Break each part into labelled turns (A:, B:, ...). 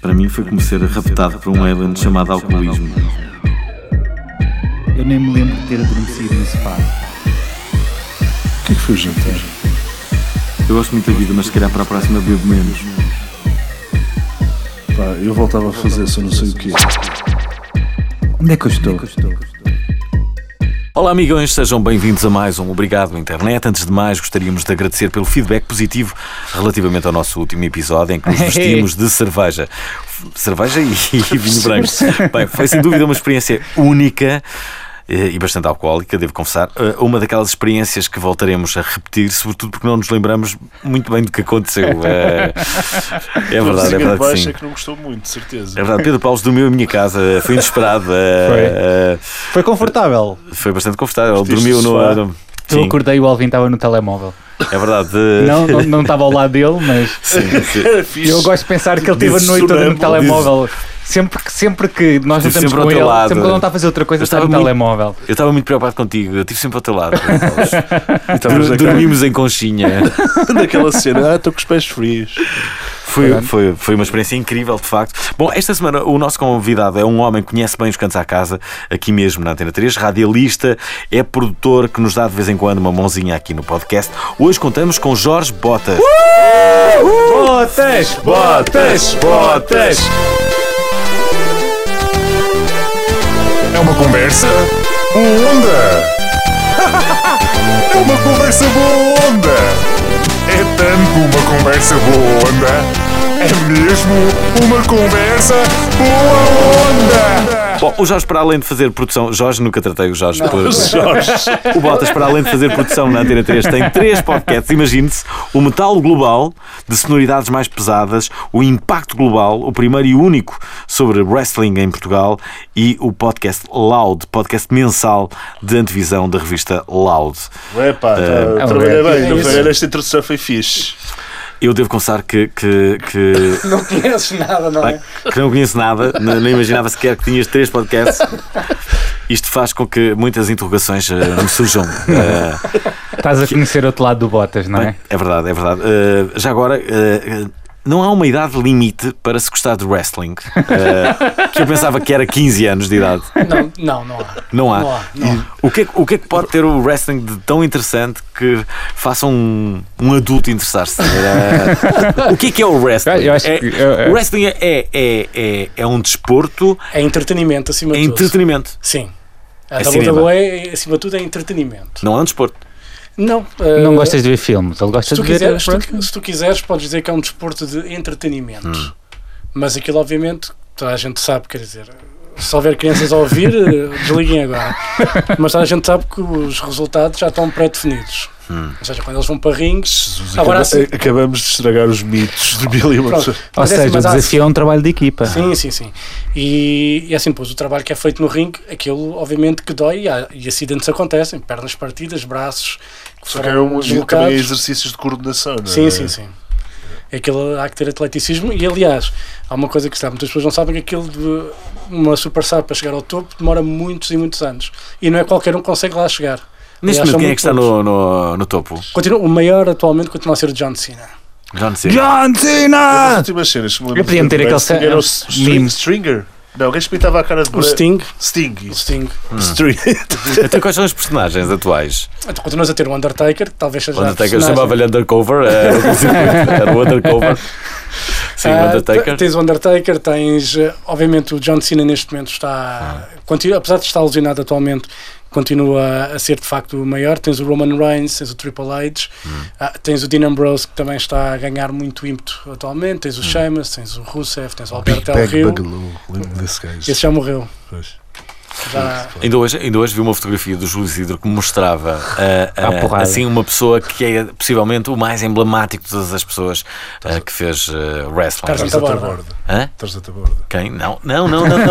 A: Para mim foi como ser raptado por um alien chamado alcoolismo.
B: Eu nem me lembro de ter adormecido no sofá.
C: O que é que foi o jantar?
A: Eu gosto muito da vida, mas se calhar para a próxima bebo menos.
C: Pá, eu voltava a fazer só não sei o quê.
B: Onde é que eu estou?
A: Olá, amigões, sejam bem-vindos a mais um Obrigado Internet. Antes de mais, gostaríamos de agradecer pelo feedback positivo relativamente ao nosso último episódio em que nos vestimos de cerveja. F- Cerveja e, e vinho branco. Bem, foi sem dúvida uma experiência única. eh, E bastante alcoólica, devo confessar. Eh, Uma daquelas experiências que voltaremos a repetir, sobretudo porque não nos lembramos muito bem do que aconteceu. Eh, É verdade, é verdade que sim.
C: é que não gostou muito, de certeza.
A: É verdade, Pedro Paulo dormiu em minha casa, foi inesperado. eh,
D: Foi confortável.
A: eh, Foi bastante confortável. Ele
C: Vestiste
A: dormiu no.
C: sofá.
A: no-
B: Eu
A: Sim,
B: acordei e o Alvin estava no telemóvel.
A: é verdade. eh,
B: Não, não- não estava ao lado dele, mas
A: Sim, sim.
C: Era fixe.
B: eu gosto de pensar que ele teve a
C: Dizes
B: noite toda no
C: sonâmbulo,
B: telemóvel. Sempre que, sempre que nós não
A: Estive
B: estamos
A: sempre ao
B: com
A: teu
B: ele,
A: lado.
B: sempre que ele não está a fazer outra coisa,
A: Eu
B: está no
A: estava muito-
B: telemóvel.
A: Eu estava muito preocupado contigo, eu estive sempre ao teu lado. Pedro Paulo.
C: Estávamos
A: Dur-
C: naquela,
A: Dormimos em conchinha.
C: naquela cena, ah, estou com os pés frios.
A: Foi, foi, foi uma experiência incrível, de facto. Bom, esta semana o nosso convidado é um homem que conhece bem os cantos à casa, aqui mesmo na Antena 3, radialista, é produtor que nos dá de vez em quando uma mãozinha aqui no podcast. Hoje contamos com Jorge Bota.
B: Botas!
C: Botas, botas.
E: É uma conversa boa onda. É uma conversa boa onda. É tanto uma conversa boa onda. É mesmo uma conversa boa onda.
A: Bom, o Jorge, para além de fazer produção, Jorge, nunca tratei o Jorge por. O Botas, para além de fazer produção na Antena 3, tem três podcasts. Imagine-se: o Metal Global, de sonoridades mais pesadas, o Impacto Global, o primeiro e único sobre wrestling em Portugal, e o podcast Loud, podcast mensal de antevisão da revista Loud.
C: Epá, tá,
B: um
C: trabalhei
B: rap.
C: bem,
B: É
C: não
B: isso.
C: foi? esta introdução foi fixe.
A: Eu devo confessar que. que, que...
D: Não conheces nada, não
A: Bem, que não conheço nada, n- não imaginava sequer que tinhas três podcasts. Isto faz com que muitas interrogações eh, me surjam. eh,
B: Estás a conhecer outro lado do Botas, não
A: Bem,
B: é?
A: é verdade, é verdade. Uh, já agora, uh, uh, não há uma idade limite para se gostar de wrestling. Uh, que eu pensava que era 15 anos de idade.
D: Não, não, não há.
A: Não há.
D: Não há, não há.
A: O, que é, que- o que é que pode ter o wrestling de tão interessante que faça um, um adulto interessar-se? Uh, o que é que é o wrestling?
B: Eu acho
A: É-
B: que- eu- eu-
A: o wrestling é, é, é, é um desporto,
D: É entretenimento acima
A: é
D: de tudo.
A: entretenimento.
D: Sim. A
A: É
D: WWE,
A: cinema.
D: é, acima de tudo, é entretenimento.
A: Não é um desporto.
D: Não.
B: Não
D: eh,
B: gostas de ver filmes, ele gosta
D: se tu,
B: de ver.
D: quiseres, se,
B: pronto.
D: tu, se tu quiseres, podes dizer que é um desporto de entretenimento. Mas aquilo, obviamente, toda a gente sabe, quer dizer. Se houver crianças a ouvir, eh, desliguem agora. Mas toda a gente sabe que os resultados já estão pré-definidos. Ou seja, quando eles vão para rings.
C: Acaba-
D: Agora assim-
C: Acabamos de estragar os mitos de Billy
D: Pronto.
B: Ou
D: Mas é assim,
B: seja, o
D: mas há-
B: desafio é um trabalho de equipa.
D: Sim, sim, sim. E, e assim, pois o trabalho que é feito no ringue, aquilo obviamente que dói e, há- e acidentes acontecem, pernas partidas, braços que
C: Só que é um,
D: foram
C: eram uns- também
D: deslocados.
C: exercícios de coordenação, não é?
D: Sim, sim, sim. Aquilo há que ter atleticismo e aliás, há uma coisa que está, muitas pessoas não sabem que aquilo de uma super sap para chegar ao topo demora muitos e muitos anos. E não é qualquer um que consegue lá chegar.
A: Neste momento,
D: Aliás, são
A: quem é
D: muito
A: que está
D: poucos.
A: no, no, no topo?
D: Continua, o maior atualmente continua a ser o John Cena.
A: John Cena.
B: John
C: As
B: Cena!
C: últimas cenas. que me
B: Ah! Eu podia meter
C: lembro
B: aquele
C: bem, era o
B: sa-
C: String-
B: meme.
C: Stringer. Não, o gajo pintava a cara de.
D: O Sting,
C: Sting.
D: o Sting.
C: String.
A: Até quais são os personagens atuais?
D: Então, continuas a ter o
C: é
D: Undertaker, que talvez seja
A: O
D: a
A: Undertaker é,
D: personagem-
A: chamava-lhe Undercover, era o circuito, era o Undercover. Sim,
D: Ah,
A: o Undertaker.
D: te- Tens o Undertaker, tens, eh, obviamente, o John Cena neste momento
A: Ah.
D: está. continua- apesar de estar alucinado atualmente, continua a ser de facto o maior. Tens o Roman Reigns, tens o Triple H,
A: Hum.
D: ah, tens o Dean Ambrose, que também está a ganhar muito ímpeto atualmente. Tens o
A: Hum.
D: Sheamus, tens o Rusev,
A: Oh,
D: tens o
C: Big
D: Alberto Del
C: Bang
D: Rio.
C: Bagaloo. Lembro desse gajo.
D: Esse já morreu.
C: Pois.
D: Já-
A: Ainda hoje, ainda hoje vi uma fotografia do Júlio Isidro que mostrava ah,
B: À
A: ah,
B: porrada.
A: assim uma pessoa que é possivelmente o mais emblemático de todas as pessoas ah, que fez ah, wrestling.
D: Tarzan.
C: Estás a borda.
A: Hã?
C: Estás a borda.
A: Quem? Não, não, não, não. não.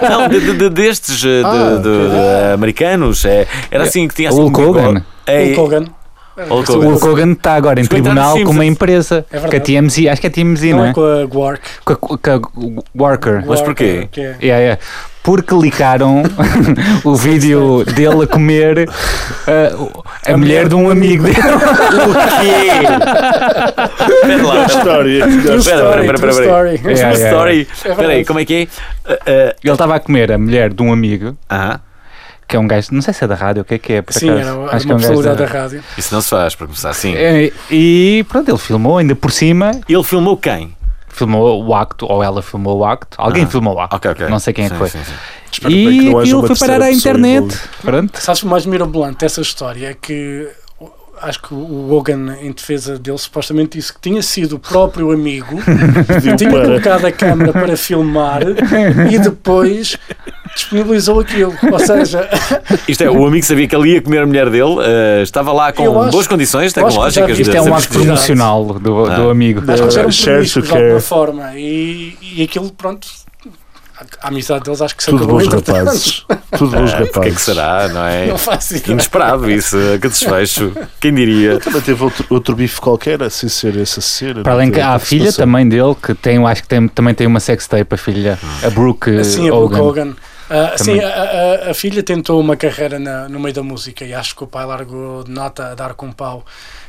A: Não, de- de- de- destes ah, de-
C: Ah,
A: de-
C: ok.
A: de- americanos. é, era assim que tinha assim. um
B: Hulk Hogan.
A: bigode. É,
D: Hulk Hogan.
A: Hulk
B: O
A: Hogan.
B: Hulk Hogan está agora em
A: Mas coitado
B: tribunal
A: dos
B: com uma
A: Simpsons.
B: empresa.
D: É verdade.
B: que a TMZ, acho que é a TMZ, não,
D: Não
B: é?
D: é com a Gwark.
B: Com a, com a Walker.
A: Mas porquê?
D: Que é-
B: Yeah, yeah. Porque licaram o vídeo dele a comer uh, a, mulher de um amigo dele.
A: Espera lá.
C: História.
D: True
A: Espera, espera,
D: story,
A: espera,
D: true
A: espera.
B: É,
D: story.
A: Uma
B: é, é.
A: story.
D: É
A: Espera aí,
D: verdade.
A: como é que é? Ah,
B: Ele estava a comer a mulher de um amigo,
A: ah, ah,
B: que é um gajo, não sei se é da rádio, o que é que é, por
D: Sim,
B: acaso.
D: era uma
B: Acho que é um gajo
D: personalidade da rádio.
A: isso não se faz, para começar, sim.
B: É, E pronto, ele filmou ainda por cima,
A: Ele filmou quem?
B: filmou o acto, ou ela filmou o acto, alguém
A: Ah,
B: filmou o acto,
A: Ok, ok.
B: não sei quem é
A: Sim,
B: que foi.
A: sim, sim.
C: Espero bem que
B: E
C: não haja
B: aquilo
C: uma
B: foi parar
C: terceira
B: à
C: pessoa
B: internet.
C: envolvida.
B: Pronto.
D: Sabes o mais mirabolante dessa história é que o- acho que o Hogan, em defesa dele, supostamente disse que tinha sido o próprio amigo,
C: Pediu
D: tinha
C: para-
D: colocado a câmera para filmar e depois disponibilizou aquilo. Ou seja,
A: Isto é, o amigo sabia que ele ia comer a mulher dele, eh, estava lá com
D: Eu acho-
A: boas condições
D: eu acho que já
A: tecnológicas.
D: vi-
A: de-
B: Isto é
A: de
B: um
D: Sim,
B: ato
D: sim.
B: promocional do, do
A: Ah.
B: amigo.
D: acho que eles eram
C: Share to
D: permissos de
C: care.
D: alguma forma e, e aquilo, pronto, a, a amizade deles acho que se
C: Tudo
D: acabou
C: bons
D: entretanto.
C: rapazes. Tudo bons
A: Ah,
C: rapazes.
A: O que é que será, não é?
D: Não faço ideia.
A: Inesperado isso, que desfecho. Quem diria?
C: Também teve outro, outro bife qualquer, assim ser essa cena.
B: Para
C: não
B: além
C: teve?
B: que há a
C: O se
B: filha
C: passou?
B: também dele, que tem, eu acho que tem- também tem uma sextape, a filha, a Brooke
D: Sim, a Brooke
B: Hogan.
D: Assim é Hogan. Ah, sim,
B: Também.
D: a, a- a- a filha tentou uma carreira na- no meio da música e acho que o pai largou de nota a dar com um pau.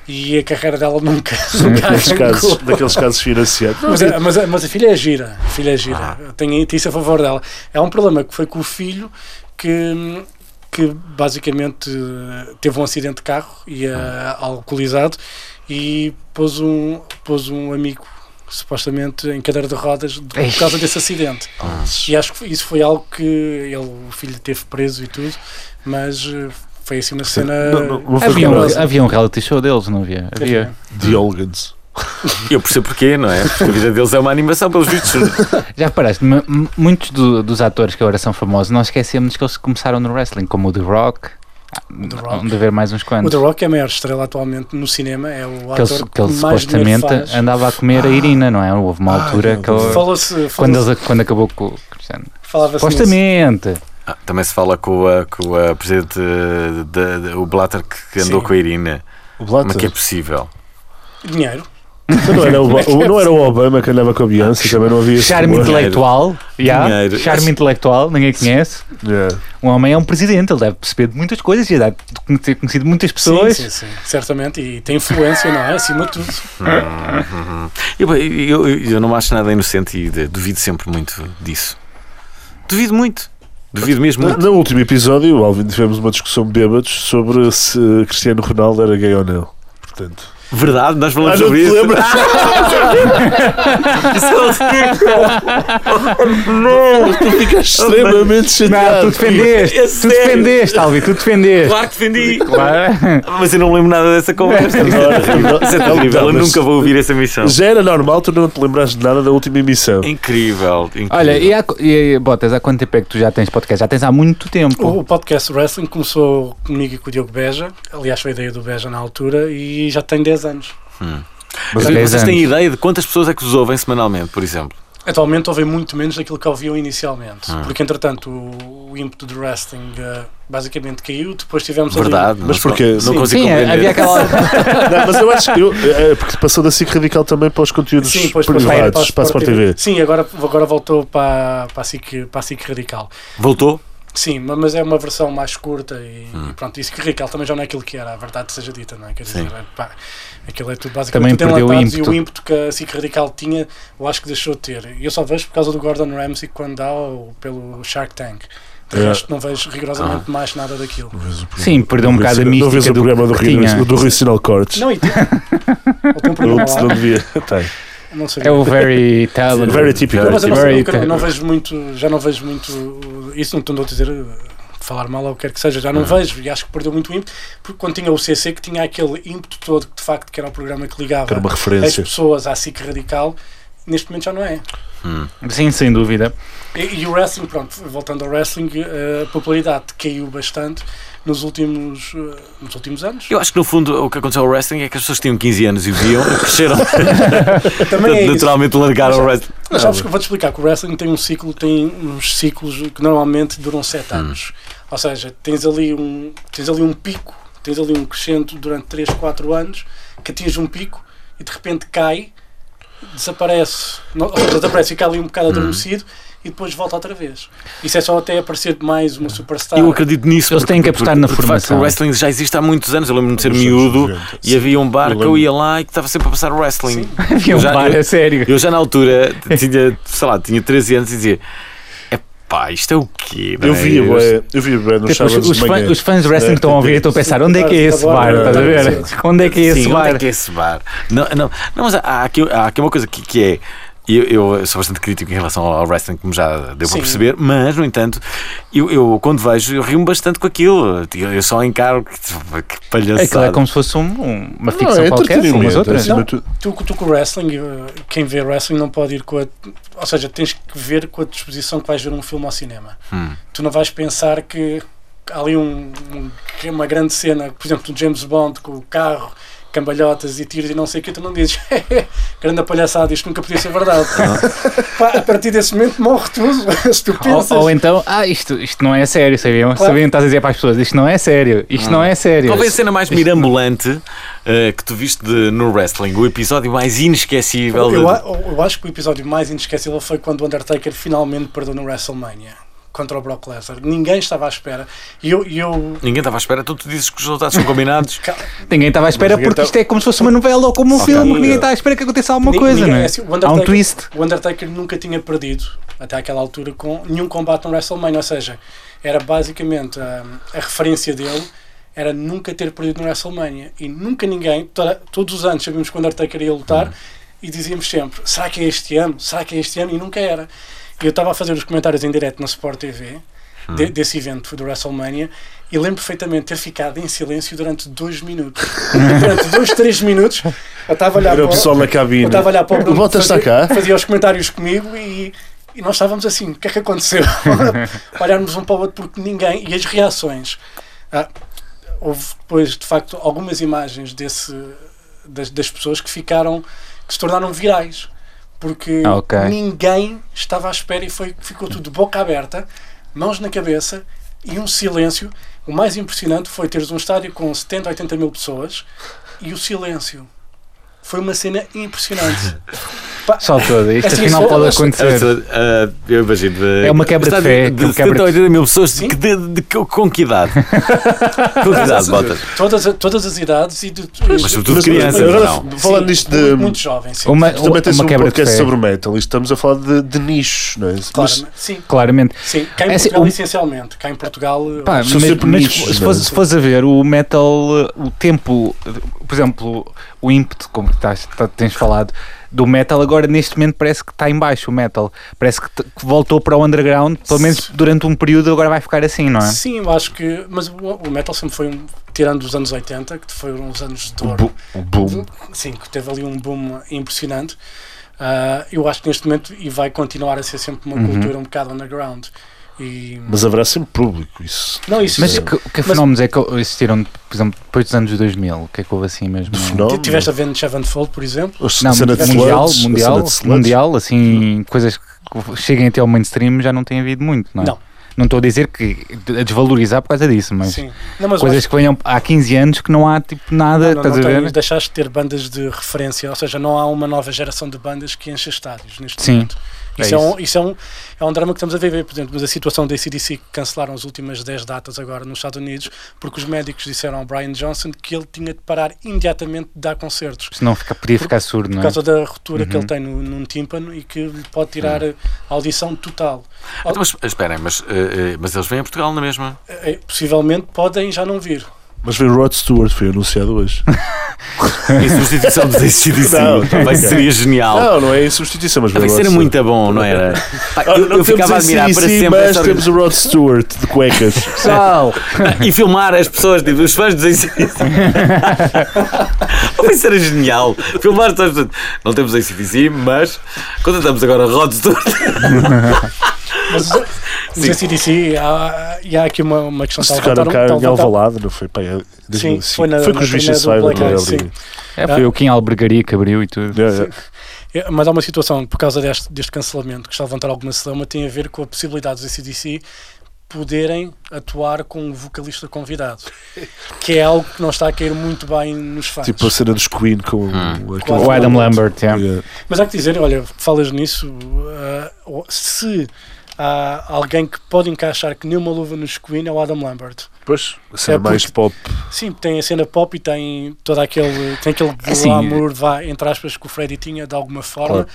D: E a carreira dela nunca, nunca
C: Daqueles
B: Ah,
C: casos,
D: arrancou.
C: daqueles casos financiados.
D: Mas, a- mas a- mas a filha é gira, a filha é
B: Ah.
D: gira. Eu Tenho isso a favor dela. É um problema que foi com o filho que, que basicamente eh, teve um acidente de carro e
B: Ah.
D: eh, alcoolizado e pôs um, pôs um amigo supostamente em cadeira de rodas
B: Ei.
D: por causa desse acidente.
B: Ah.
D: E acho que foi- isso foi algo que ele, o filho teve preso e tudo, mas eh, foi assim uma cena.
C: Não, não, não foi
B: Havia
C: como
B: um, havia um reality show deles, não havia? Havia.
C: The Olgans.
A: Eu percebo porquê, não é? Porque a vida deles é uma animação, pelos vistos.
B: Já reparaste, mu- mu- muitos do- dos atores que agora são famosos, nós esquecemos que eles começaram no wrestling, como o The Rock,
D: The Rock.
B: onde haver mais uns
D: O
B: quantos.
D: The Rock é a maior estrela atualmente no cinema, é o
B: que
D: ator
B: ele, que ele
D: mais dinheiro
B: supostamente
D: faz. Ah.
B: andava a comer a Irina, não é? Houve uma altura
C: meu
B: que ele-
D: Fala-se.
B: quando,
D: Fala
B: ele, quando acabou com o Cristiano.
D: falava
B: Supostamente.
A: Ah, também se fala com a, com a presidente, eh, da- da- o Blatter, que que andou
D: Sim.
A: com a Irina.
C: O Blatter.
A: Mas que é possível.
D: Dinheiro.
C: Então Não era o, o- não era o Obama que andava com a
B: Ah,
C: Beyoncé, também não havia esse
B: Charme
C: rumor.
B: intelectual, já.
A: Dinheiro.
B: charme intelectual, ninguém conhece.
C: Yeah.
B: Um homem é um presidente, ele deve perceber de muitas coisas e deve ter conhecido muitas pessoas.
D: Sim, sim, sim. Certamente. E tem influência, não é? Acima de tudo.
A: Eu, eu, eu- eu não acho nada inocente e de- duvido sempre muito disso. Duvido muito. Duvido mesmo
C: No,
A: muito.
C: no último episódio, Alvin, tivemos uma discussão de bêbados sobre se Cristiano Ronaldo era gay ou não. Portanto,
A: Verdade, nós falamos
C: Ah, não
A: sobre
C: te
A: isso.
C: lembras?
A: não!
C: ficaste extremamente
B: Ah, Não, tu
C: chateado.
B: defendeste,
A: É
B: tu
A: sério.
B: defendeste, Alvi, tu defendeste.
A: Claro que defendi!
B: Claro.
A: Mas eu não me lembro nada dessa conversa. Isso é terrível. Eu nunca vou ouvir essa missão.
C: Já era normal tu não te lembrares de nada da última emissão.
A: Incrível, incrível.
B: Olha, e, há, co- e, Botas, há quanto tempo é que tu já tens podcast? Já tens há muito tempo.
D: O podcast Wrestling começou comigo e com o Diogo Beja. Aliás, foi a ideia do Beja na altura. E já tem 10 anos.
B: Mas
A: Vocês
B: 10
A: têm
B: anos.
A: ideia de quantas pessoas é que os ouvem semanalmente, por exemplo?
D: Atualmente ouvem muito menos daquilo que ouviam inicialmente.
A: Ah.
D: Porque, entretanto, o, o ímpeto do wrestling eh, basicamente caiu. Depois tivemos ali-
A: Verdade.
C: Mas
A: não
C: porquê?
A: Não
C: Sim,
A: consigo
B: Sim, é,
A: compreender.
B: havia aquela.
C: Não, mas eu acho que eu, é, é, porque passou da SIC radical também para os conteúdos
D: Sim, depois depois para- para a
C: privados, para a Sport TV.
D: Sim, agora, agora voltou para, para, a SIC, para a SIC Radical.
A: Voltou?
D: Sim, ma- mas é uma versão mais curta e, e pronto, isso que Rical também já não é aquilo que era, a verdade seja dita, não é? Quer dizer, é, pá, aquilo é tudo basicamente
B: Também perdeu o
D: enlatados
B: ímpeto.
D: e o ímpeto que a SIC Radical tinha, eu acho que deixou de ter. E eu só vejo por causa do Gordon Ramsay quando dá ou pelo Shark Tank. De
C: É.
D: resto, não vejo rigorosamente mais nada daquilo.
B: Sim, perdeu um bocado a
C: Não vês
B: mística
C: o
B: do,
C: programa do
B: que
C: Rio,
B: tinha.
C: do Rio Sinal Cortes.
D: Não, e tem, ele tem
C: Não,
D: um programa
C: não
D: lá,
C: devia. Tem.
D: Não sabia.
B: É o very talented.
C: Very typical.
D: Mas eu não, sei,
B: Very
D: eu quero- eu não
B: talented.
D: vejo muito, já não vejo muito uh, isso, não estou a dizer uh, falar mal ou o que quer que seja, já não vejo e acho que perdeu muito o ímpeto, porque quando tinha o CC que tinha aquele ímpeto todo que de facto que era o programa que ligava
C: Era uma
D: as
C: referência.
D: pessoas à SIC radical, neste momento já não é.
B: Sim, sem dúvida.
D: E, e o wrestling, pronto, voltando ao wrestling, uh, a popularidade caiu bastante nos últimos, uh, nos últimos anos.
A: Eu acho que no fundo o que aconteceu ao wrestling é que as pessoas tinham 15 anos e viam, cresceram,
D: Também é
A: portanto,
D: isso.
A: naturalmente largaram o wrestling.
D: Mas sabes que eu vou-te explicar que o wrestling tem um ciclo, tem uns ciclos que normalmente duram 7 anos. Ou seja, tens ali, um, tens ali um pico, tens ali um crescente durante 3, 4 anos, que atinge um pico e de repente cai, desaparece, não, ou seja, desaparece, fica ali um bocado adormecido e depois volta outra vez. Isso é só até aparecer mais uma superstar.
A: Eu acredito nisso.
B: Eles têm que apostar na
A: porque, de facto,
B: formação.
A: o wrestling já existe há muitos anos. Eu lembro-me de ser
C: Nos anos
A: miúdo
C: 90,
A: e havia um bar
C: Eu
A: que eu
C: lembro.
A: ia lá e que estava sempre a passar wrestling.
D: Sim.
B: Havia um
A: Já-
B: bar,
A: eu-
B: a sério.
A: Eu já na altura tinha, sei lá, tinha 13 anos e dizia: Epá, isto é o quê? não
C: Eu
A: é?"
C: via, bué, eu via bué nos
B: Tipo,
C: sábados
B: os, os
C: de
B: fã-
C: manhã.
B: os fãs de wrestling estão a ouvir e estão a pensar onde é que é esse bar, estás a ver? Onde é que é esse
A: Sim,
B: bar?
A: onde é que é esse bar? Não, não, não mas há aqui, há aqui uma coisa que, que é. Eu, eu sou bastante crítico em relação ao wrestling, como já deu para
D: Sim.
A: perceber, mas, no entanto, eu, eu, quando vejo, eu rio-me bastante com aquilo. Eu, eu só encaro que, que palhaçada.
B: Aquilo é como se fosse um- um- uma ficção
C: é
B: qualquer, são umas
C: entretenimento,
B: outras.
C: acima
D: Não.
C: de tudo.
D: Tu, tu com o wrestling, uh, quem vê wrestling não pode ir com a. Ou seja, tens que ver com a disposição que vais ver um filme ao cinema.
A: Hum.
D: Tu não vais pensar que há ali um, um- que é uma grande cena, por exemplo, do James Bond com o carro, cambalhotas e tiros e não sei o que, tu não dizes grande palhaçada, isto nunca podia ser verdade. Pá, a partir desse momento morre tudo. Se tu pensas.
B: Ou, ou então, ah, isto, isto não é sério, sabiam?
D: Claro.
B: Sabiam que estás a dizer para as pessoas, isto não é sério, isto não é sério.
A: Qual foi a cena mais mirambulante eh, que tu viste de- no wrestling? O episódio mais inesquecível? de-
D: Eu, a- eu acho que o episódio mais inesquecível foi quando o Undertaker finalmente perdeu no WrestleMania contra o Brock Lesnar. Ninguém estava à espera. E eu, e eu
A: Ninguém estava à espera. Tu, tu dizes que os resultados são combinados.
B: Ninguém estava à espera
C: Ninguém
B: porque
C: tá-
B: isto é como se fosse uma novela ou como um
A: Ok.
B: filme, que ninguém está à espera que aconteça alguma
D: Ni-
B: coisa,
D: ninguém-
B: não é?
D: é assim,
B: Há
D: o
B: um
D: Undertaker-
B: twist.
D: O Undertaker nunca tinha perdido, até àquela altura, com nenhum combate no WrestleMania. Ou seja, era basicamente hum, a, referência dele era nunca ter perdido no WrestleMania. E nunca ninguém, toda- todos os anos sabíamos que o Undertaker ia lutar e dizíamos sempre: será que é este ano? Será que é este ano? E nunca era. E eu estava a fazer os comentários em direto na Sport TV.
C: Hum.
D: de- desse evento do WrestleMania e lembro perfeitamente de ter ficado em silêncio durante dois minutos. durante dois, três minutos, eu estava a olhar
C: Era o
D: para o-
C: pessoal na cabine.
D: eu estava a olhar para o
C: O
D: Bruno,
C: Bottas está cá.
D: fazia os comentários comigo e, e nós estávamos assim, o que é que aconteceu? Olharmos um para o outro porque ninguém, e as reações. Ah, houve depois, de facto, algumas imagens desse, das, das pessoas que ficaram, que se tornaram virais, porque
B: Ah, ok.
D: ninguém estava à espera e foi, ficou tudo de boca aberta, mãos na cabeça e um silêncio. O mais impressionante foi teres um estádio com 70, 80 mil pessoas e o silêncio. Foi uma cena impressionante. Pá,
B: Só toda, isto
D: Assim,
B: afinal
D: só-
B: pode
D: só-
B: acontecer.
A: Ah, eu imagino. eh,
B: É uma quebra de
A: está
B: fé,
A: De,
B: é uma quebra
A: 70
B: de-
A: ou 80 mil pessoas, de,
D: Sim.
A: que- de, de que- com que idade? com que idade, Botas?
D: todas, todas as idades e de.
A: Mas
D: e-
A: sobretudo
C: mas-
A: crianças,
C: mas-
A: não.
D: Sim,
C: Falando nisto de-
D: Muito, muito jovem, sim.
B: Uma,
C: Tu também tens
B: uma
C: um
B: quebra de
C: podcast
B: fé.
C: sobre metal e estamos a falar de, de nichos, não é?
D: Claro,
C: Mas-
D: mas- sim,
B: Claramente.
D: sim. Cá em
B: É assim,
D: Portugal,
B: o-
D: essencialmente. Cá em Portugal.
B: Pá,
C: São
B: mas,
C: sempre
B: mas
C: nichos,
B: se
C: não é?
B: fores se fores a ver, o metal, o tempo, por exemplo, o ímpeto, como estás, tá- tens falado, do metal agora neste momento parece que está em baixo o metal. Parece que, t- que voltou para o underground, pelo menos durante um período agora vai ficar assim, não é?
D: Sim, eu acho que. Mas o, o metal sempre foi um. Tirando os anos 80, que foram os anos de
C: O
D: ouro.
C: bu- o boom.
D: Sim, que teve ali um boom impressionante. Ah, eu acho que neste momento. E vai continuar a ser sempre uma
B: Uhum.
D: cultura um bocado underground. E.
C: Mas haverá sempre público, isso.
D: não, isso.
B: Mas que, que
D: Mas-
B: fenómenos é que existiram, por exemplo, depois dos anos 2000? O que é que houve assim mesmo?
C: De fenómeno.
D: Tiveste a Avenged Sevenfold, por exemplo.
C: A
B: Não,
C: cena de
B: mundial,
C: Floods, a
B: mundial,
C: cena de Uhum. Sludge.
B: mundial, assim, coisas que cheguem até ao mainstream já não tem havido muito, não é?
D: Não.
B: Não estou a dizer que a desvalorizar por causa disso, mas
D: Sim. Não, mas eu
B: coisas que venham há 15 anos que não há tipo nada,
D: Não, não,
B: estás
D: não
B: a ver?
D: tens- deixaste de ter bandas de referência, ou seja, não há uma nova geração de bandas que encha estádios neste
B: Sim,
D: momento.
B: é
D: Isso, é,
B: isso.
D: um, isso é, um, é um drama que estamos a viver, por exemplo, mas a situação da ACDC que cancelaram as últimas 10 datas agora nos Estados Unidos porque os médicos disseram ao Brian Johnson que ele tinha de parar imediatamente de dar concertos
B: Senão fica, podia ficar surdo,
D: por
B: não é?
D: causa da ruptura que
B: Uhum.
D: ele tem no, num tímpano e que lhe pode tirar a audição total.
A: Então, mas esperem, mas, eh, eh, mas eles vêm a Portugal na mesma.
D: Eh, eh, Possivelmente É, podem já não vir.
C: Mas foi Rod Stewart, foi anunciado hoje.
A: Em substituição dos ACDC.
C: Não, tá
A: Vai
C: bem.
A: seria genial.
C: Não, não é em substituição, mas
A: Vai
C: Rod
A: ser
C: Stewart.
A: muito bom, não era? Pá,
C: Ah,
A: Eu,
C: não
A: eu ficava a
C: temos
A: admirar para
C: AC/DC,
A: sempre
C: Mas
A: essa
C: temos o Rod Stewart de cuecas.
B: Pessoal,
A: e filmar as pessoas, tipo, os fãs dos ACDC. Vai ser genial. Filmar as pessoas. Não temos ACDC, mas contratamos agora Rod Stewart.
D: Mas
A: Sim.
D: os ACDC, há, e há aqui uma, uma questão.
C: Eles
D: Estava a
C: tocaram cá
D: contar um- estava
C: em
D: a contar-
C: Alvalade, não foi? Pá, é 2005.
D: foi na-
C: foi com
D: na
C: os Vicious
D: turnê do
C: Cyber
D: Black Eyed,
C: ali.
B: é, foi o Kim Albergaria que abriu e tudo.
C: É, é.
D: É, Mas há uma situação, por causa deste, deste cancelamento, que está a levantar alguma celeuma, tem a ver com a possibilidade dos ACDC poderem atuar com um vocalista convidado, que é algo que não está a cair muito bem nos fãs.
C: Tipo a cena dos Queen com
A: Ah.
C: o- aquele-
B: O Adam Lambert, é.
C: Yeah.
D: Mas há que dizer, olha, falas nisso, ah, ou- se há alguém que pode encaixar que nem uma luva nos Queen é o Adam Lambert.
C: Pois, a cena
D: É porque-
C: mais pop.
D: Sim, tem a cena pop e tem todo aquele, tem aquele
B: É assim,
D: glamour, vá, entre aspas, que o Freddy tinha de alguma forma.
C: Claro.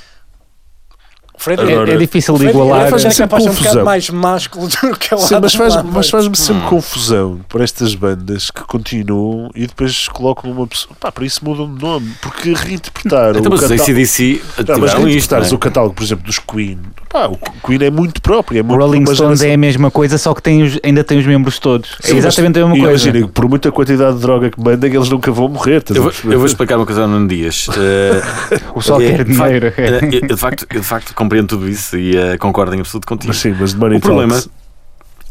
D: O Freddy
C: Agora-
B: É, é difícil de
D: Fred
B: igualar.
D: Fred
C: faz-
D: é capaz de ser um
C: confusão.
D: bocado mais másculo do que o
C: Sim,
D: Adam
C: mas faz-
D: Lambert.
C: mas faz-me
A: Hum.
C: sempre confusão por estas bandas que continuam e depois colocam uma pessoa. Pá, para isso mudam de nome, porque reinterpretaram.
A: Então,
C: o
A: mas os
C: catálogo-
A: ACDC
C: Não, mas
A: atuaram isto.
C: reinterpretares
B: é?
A: não é?
C: o catálogo, por exemplo, dos Queen. Pá, o Queen é muito próprio. É
B: O
C: muito
B: Rolling
C: uma
B: Stones
C: geração-
B: é a mesma coisa, só que tem os- ainda tem os membros todos. É
C: Sim,
B: exatamente
C: mas-
B: a mesma
C: e
B: coisa.
C: Imagina, por muita quantidade de droga que mandem, eles nunca vão morrer. estás
A: Eu
C: a
A: vou,
C: perceber?
A: eu vou explicar uma coisa ao Nuno Dias. Eh,
B: O sol
A: eh,
D: é
B: quer
A: de facto-
B: dinheiro.
A: eh, eu, de facto, eu de facto compreendo tudo isso e eh, concordo em absoluto contigo.
C: Mas sim, mas Money
A: O problema
C: Talks.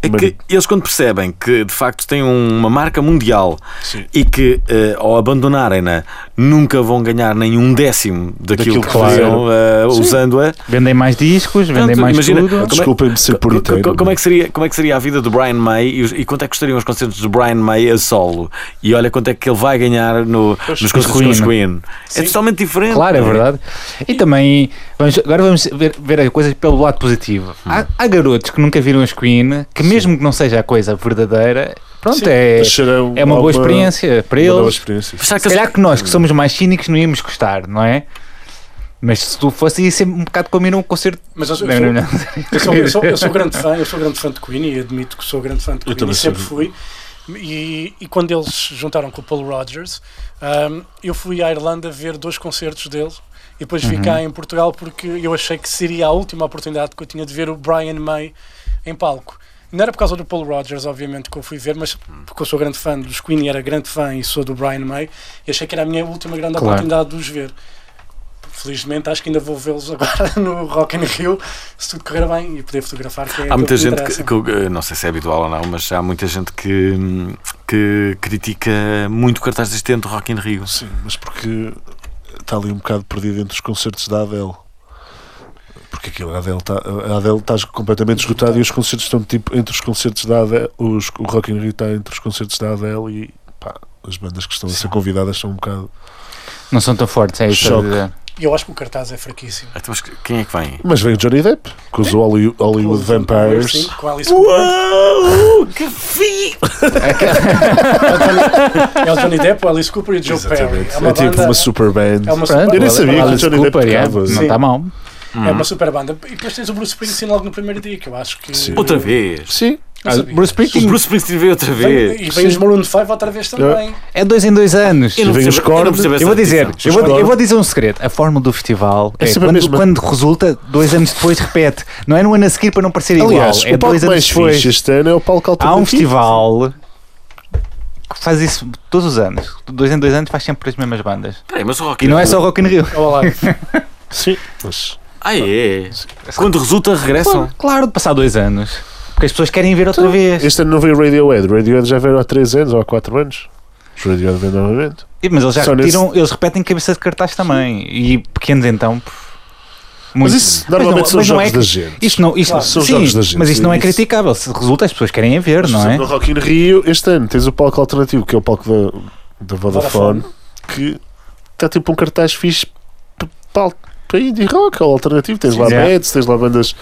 A: É que eles, quando percebem que de facto têm um, uma marca mundial
C: Sim.
A: e que eh, ao abandonarem-na nunca vão ganhar nenhum décimo daquilo,
C: Daquilo
A: que
C: que fizeram.
A: faziam eh, usando-a,
B: Vendem mais discos, vendem
A: Portanto,
B: mais
A: imagina-
B: tudo.
A: Como é-
C: Desculpem-me ser
A: Co- co-
C: puriteiro.
A: co- como, é que seria, como é que seria a vida do Brian May e, os- e quanto é que custariam os concertos do Brian May a solo? E olha quanto é que ele vai ganhar no, nos concertos com os Queen. É totalmente diferente.
B: Claro, é
A: não
B: verdade. E também, vamos- agora vamos ver, ver as coisas pelo lado positivo. Há, há garotos que nunca viram as Queen, que mesmo que não seja a coisa verdadeira, pronto, é,
C: Acharão
B: é uma boa
C: alguma-
B: experiência para
C: uma nova
B: eles.
C: experiência.
A: Mas será que
B: Se
A: eles-
B: calhar que nós, que somos mais cínicos, não íamos gostar, não é? Mas se tu fosse, ia ser um bocado como ir a um concerto.
D: Mas eu sou,
B: Não, não, não.
D: eu sou- eu sou- eu sou grande fã, eu sou grande fã de Queen e admito que sou grande fã de Queen
C: também
D: e
C: sou.
D: sempre fui. E, e quando eles se juntaram com o Paul Rogers, ahm, eu fui à Irlanda ver dois concertos dele e depois vim
C: Uhum.
D: cá em Portugal porque eu achei que seria a última oportunidade que eu tinha de ver o Brian May em palco. Não era por causa do Paul Rogers, obviamente, que eu fui ver, mas porque eu sou grande fã dos Queen e era grande fã e sou do Brian May, e achei que era a minha última grande
B: Claro.
D: oportunidade de os ver. Felizmente acho que ainda vou vê-los agora no Rock in Rio, se tudo correr bem e poder fotografar. Que é aquilo
A: Há muita
D: que me
A: gente que,
D: interessa.
A: que- eh, não sei se é habitual ou não, mas há muita gente que, hum, que critica muito o cartaz deste ano do Rock in Rio.
C: Sim, mas porque está ali um bocado perdido entre os concertos da Adele. Porque aquilo, a Adele está a Adele está completamente esgotada e os concertos estão tipo entre os concertos da Adele. Os, o Rock in Rio está entre os concertos da Adele e pá, as bandas que estão a ser convidadas são um bocado.
B: Não são tão fortes, é isso. que eu
C: Choque.
B: estou a dizer.
D: E eu acho que o cartaz é fraquíssimo.
A: Então, mas quem é que vem?
C: Mas veio Johnny Depp com os Holly- Hollywood
D: Com o-
C: Vampires.
D: Sim, com a Alice Cooper.
A: Uau, que fi!
D: É o Johnny Depp, o Alice Cooper e o Joe Perry.
C: Exatamente.
D: É uma
C: É tipo
D: banda-
C: uma super band.
D: é uma
B: Pronto,
D: super
C: Eu nem sabia um que o
B: Alice
C: Johnny Depp
B: Cooper, é,
C: tocava.
B: não
D: Sim.
B: está mal.
D: É uma super banda. E depois tens o Bruce Springsteen logo no primeiro dia, que eu acho que.
C: Sim.
A: Outra vez!
C: Sim, Ah,
D: Não sabia.
B: Bruce
A: O
B: Springsteen
A: Bruce Springsteen veio outra
D: Vem-
A: vez!
D: E vem os Maroon 5 outra vez também.
B: é dois em dois anos.
A: Eu não
C: vem os
A: percebo- eu não
C: cornos.
A: percebo essa
B: Eu vou dizer,
A: repetição.
B: eu vou,
C: Discordo.
B: eu vou dizer um segredo. A fórmula do festival
C: É
B: é,
C: sempre a
B: quando,
C: mesma.
B: quando resulta, dois anos depois repete. Não é no ano a seguir para não parecer igual.
C: aliás,
B: é
C: o palco
B: dois anos
C: mais
B: depois.
C: fixe este ano é o
B: Há
C: palco alternativo.
B: um festival que faz isso todos os anos. Dois em dois anos faz sempre as mesmas bandas.
A: Peraí, mas o Rock
B: E
A: in
B: não é
A: Rio-
B: só Rock in Rio.
D: Olha lá.
C: Sim, mas
A: Ah, é? Quando resulta, regressam.
B: Claro, claro, de é passar dois anos. Porque as pessoas querem ver outra
C: Então,
B: vez.
C: Este ano não veio Radiohead. Radiohead já veio há 3 anos ou há 4 anos. Os Radiohead vêm novamente.
B: E- Mas eles já
C: Só
B: retiram, eles repetem cabeça de cartaz também. E pequenos então. pff,
C: Mas
B: muito.
C: isso
B: Mas
C: normalmente
B: não-
C: são
B: mas não
C: jogos
B: é que-
C: da gente.
B: Isto não, isto,
D: Claro,
C: são
B: sim,
C: jogos da gente,
B: mas isto não é
C: isso.
B: criticável. Se resulta, as pessoas querem a ver,
C: Mas, por
B: não é?
C: exemplo, No Rock in Rio, este ano, tens o palco alternativo, que é o palco da, da Vodafone, que está tipo um cartaz fixe p- pal- para indie rock, ou alternativo. Tens lá
B: Yeah.
C: Mets, tens lá bandas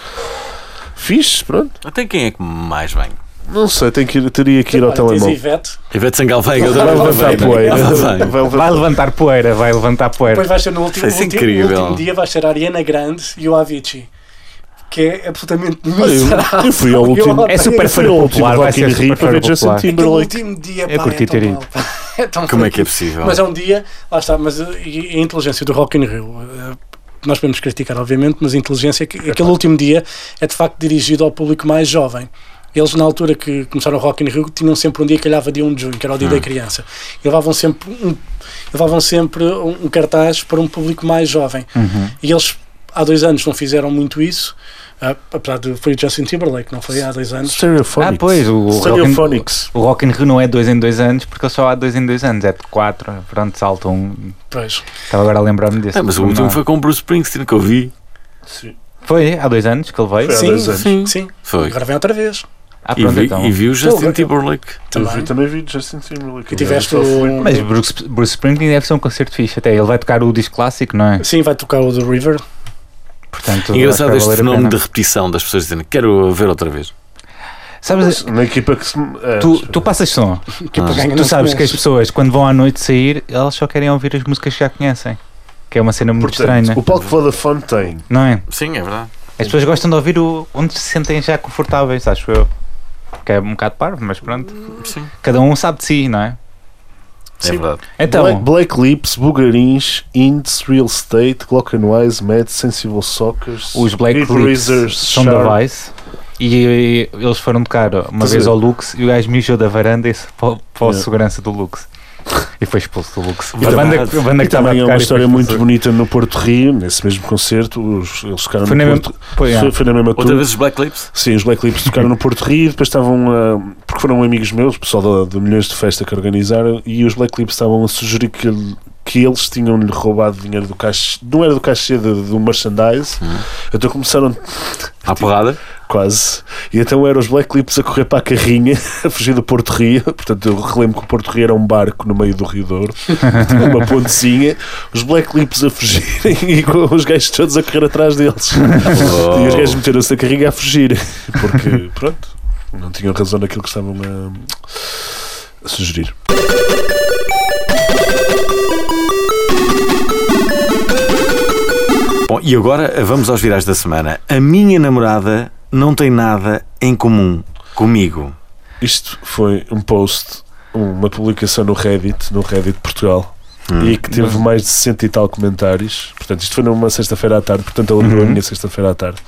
C: fixe, pronto.
A: Até quem é que mais vem?
C: Não sei, tem que ir- teria que ir ao
D: Olha, tens a
C: telemóvel.
D: Ivete.
A: Ivete Sangal vem, eu
C: Vai
A: também vou
C: levantar
A: ver.
C: poeira.
A: Ela vem.
C: Vai
B: Vai
C: levantar
B: levantar poeira, vai levantar poeira.
D: Depois vais ter no último,
A: Isso é
D: último,
A: incrível.
D: último dia, vais ter a Ariana Grande e o Avicii. que é absolutamente
C: Olha, eu, eu
D: miserável.
C: fui ao
D: Eu
C: último.
D: odeio.
B: É super
C: eu fui ao
B: fã
C: último
B: popular, vai
C: Rock in
B: ser
C: Rio
B: super
C: para ver
B: fã
C: Justin
B: popular.
D: Aquele
C: Timberlake.
D: último dia,
B: Eu
D: pá,
B: curti
D: é tão
B: ter
D: mau,
B: ido.
D: pá. É
A: Como
D: tão
A: é
D: fraquinho.
A: que é possível?
D: Mas é um dia, lá está, mas uh, e a inteligência do Rock in Rio, uh, nós podemos criticar, obviamente, mas a inteligência, é que aquele último dia é de facto dirigido ao público mais jovem. Eles, na altura que começaram o Rock in Rio, tinham sempre um dia que calhava dia 1 de junho, que era o dia da criança. E levavam sempre, um, levavam sempre um, um cartaz para um público mais jovem.
B: Uhum.
D: E eles, há dois anos, não fizeram muito isso, ah, apesar de foi o Justin Timberlake, não foi há dois anos.
C: Stereophonics.
B: Ah, pois, o Rock in-
C: Stereophonics.
B: O Rock in Rio não é dois em dois anos, porque ele só há dois em dois anos, é de quatro. Pronto, salta um.
D: Pois.
B: Estava agora a lembrar-me
D: um
B: desse.
A: Ah, mas o último
B: Não. é.
A: foi com o Bruce Springsteen que eu vi.
B: Foi há dois anos que ele veio.
C: Foi há
D: Sim,
C: dois anos.
D: sim, sim.
A: Foi.
D: Agora vem outra vez.
B: Ah,
A: E
B: pronto,
A: vi,
B: então.
A: e vi o Justin
D: Então,
A: Timberlake.
C: Eu
D: Também.
C: vi- também vi Justin Timberlake.
D: E tiveste
C: Eu fui-
D: o-
B: Mas Bruce, Bruce Springsteen deve ser um concerto fixe até. Ele vai tocar o disco clássico, não é?
D: Sim, vai tocar o do River.
B: Portanto,
A: Engraçado
B: acho que vai
A: este
B: valer a
A: fenómeno de
B: pena.
A: repetição das pessoas dizendo quero ver outra vez.
B: Sabes,
C: Na equipa que se. é,
B: tu, tu passas som.
D: Que é para
A: Ah.
D: ganhar
B: Tu
D: não
B: sabes que as
D: conheces.
B: pessoas, quando vão à noite sair, elas só querem ouvir as músicas que já conhecem. Que é uma cena muito
C: Portanto,
B: estranha,
C: o palco Vodafone tem
B: não é?
A: Sim, é verdade.
B: As pessoas gostam de ouvir o, onde se sentem já confortáveis, acho eu. Que é um bocado parvo, mas pronto.
A: Sim.
B: Cada um sabe de si, não é?
A: É
D: Sim.
A: verdade.
B: Então,
C: Black, Black Lips, Bugarins, Ints, Real Estate, Glock and Wise, Mad, Sensible Soccer,
B: os Black
C: Deep
B: Lips
C: Razors,
B: são
C: Sharp.
B: da Vice e, e eles foram tocar uma
C: Pois
B: vez
C: é.
B: ao Lux e o gajo mijou da varanda e se- para, o- para o
C: Yeah.
B: segurança do Lux. E foi expulso do Lux.
A: E
B: a
A: também-
B: banda, que- a banda
C: E
B: que estava a
C: também é
B: tocar
C: uma
B: e
C: história
B: foi
C: muito
B: expulso.
C: bonita no Porto Rio, nesse mesmo concerto. Os, eles tocaram
B: Foi na
C: no
B: mesma- ah,
C: Porto,
B: Foi,
C: foi,
B: yeah.
C: foi na mesma
A: Outra
C: tour.
A: vez os Black Lips?
C: Sim, os Black Lips tocaram no Porto Rio, depois estavam a. Porque foram amigos meus, o pessoal da, da Milhões de Festa que organizaram, e os Black Lips estavam a sugerir que, ele- que eles tinham-lhe roubado dinheiro do caixa. Não era do caixa de, do merchandise,
A: Hum.
C: então começaram
A: À porrada?
C: Quase. E então eram os Black Lips a correr para a carrinha, a fugir do Porto Rio. Portanto, eu relembro que o Porto Rio era um barco no meio do Rio Douro, tinha uma pontezinha. Os Black Lips a fugirem e com os gajos todos a correr atrás deles.
A: Oh.
C: E os gajos meteram-se na carrinha a fugir. Porque, pronto, não tinham razão naquilo que estavam a, a sugerir.
A: Bom, e agora vamos aos virais da semana. A minha namorada não tem nada em comum comigo.
C: Isto foi um post, uma publicação no Reddit, no Reddit Portugal.
A: Hum.
C: e que teve mais de 60 e tal comentários. Portanto, isto foi numa sexta-feira à tarde, portanto, ele abriu a
B: Uhum.
C: minha sexta-feira à tarde.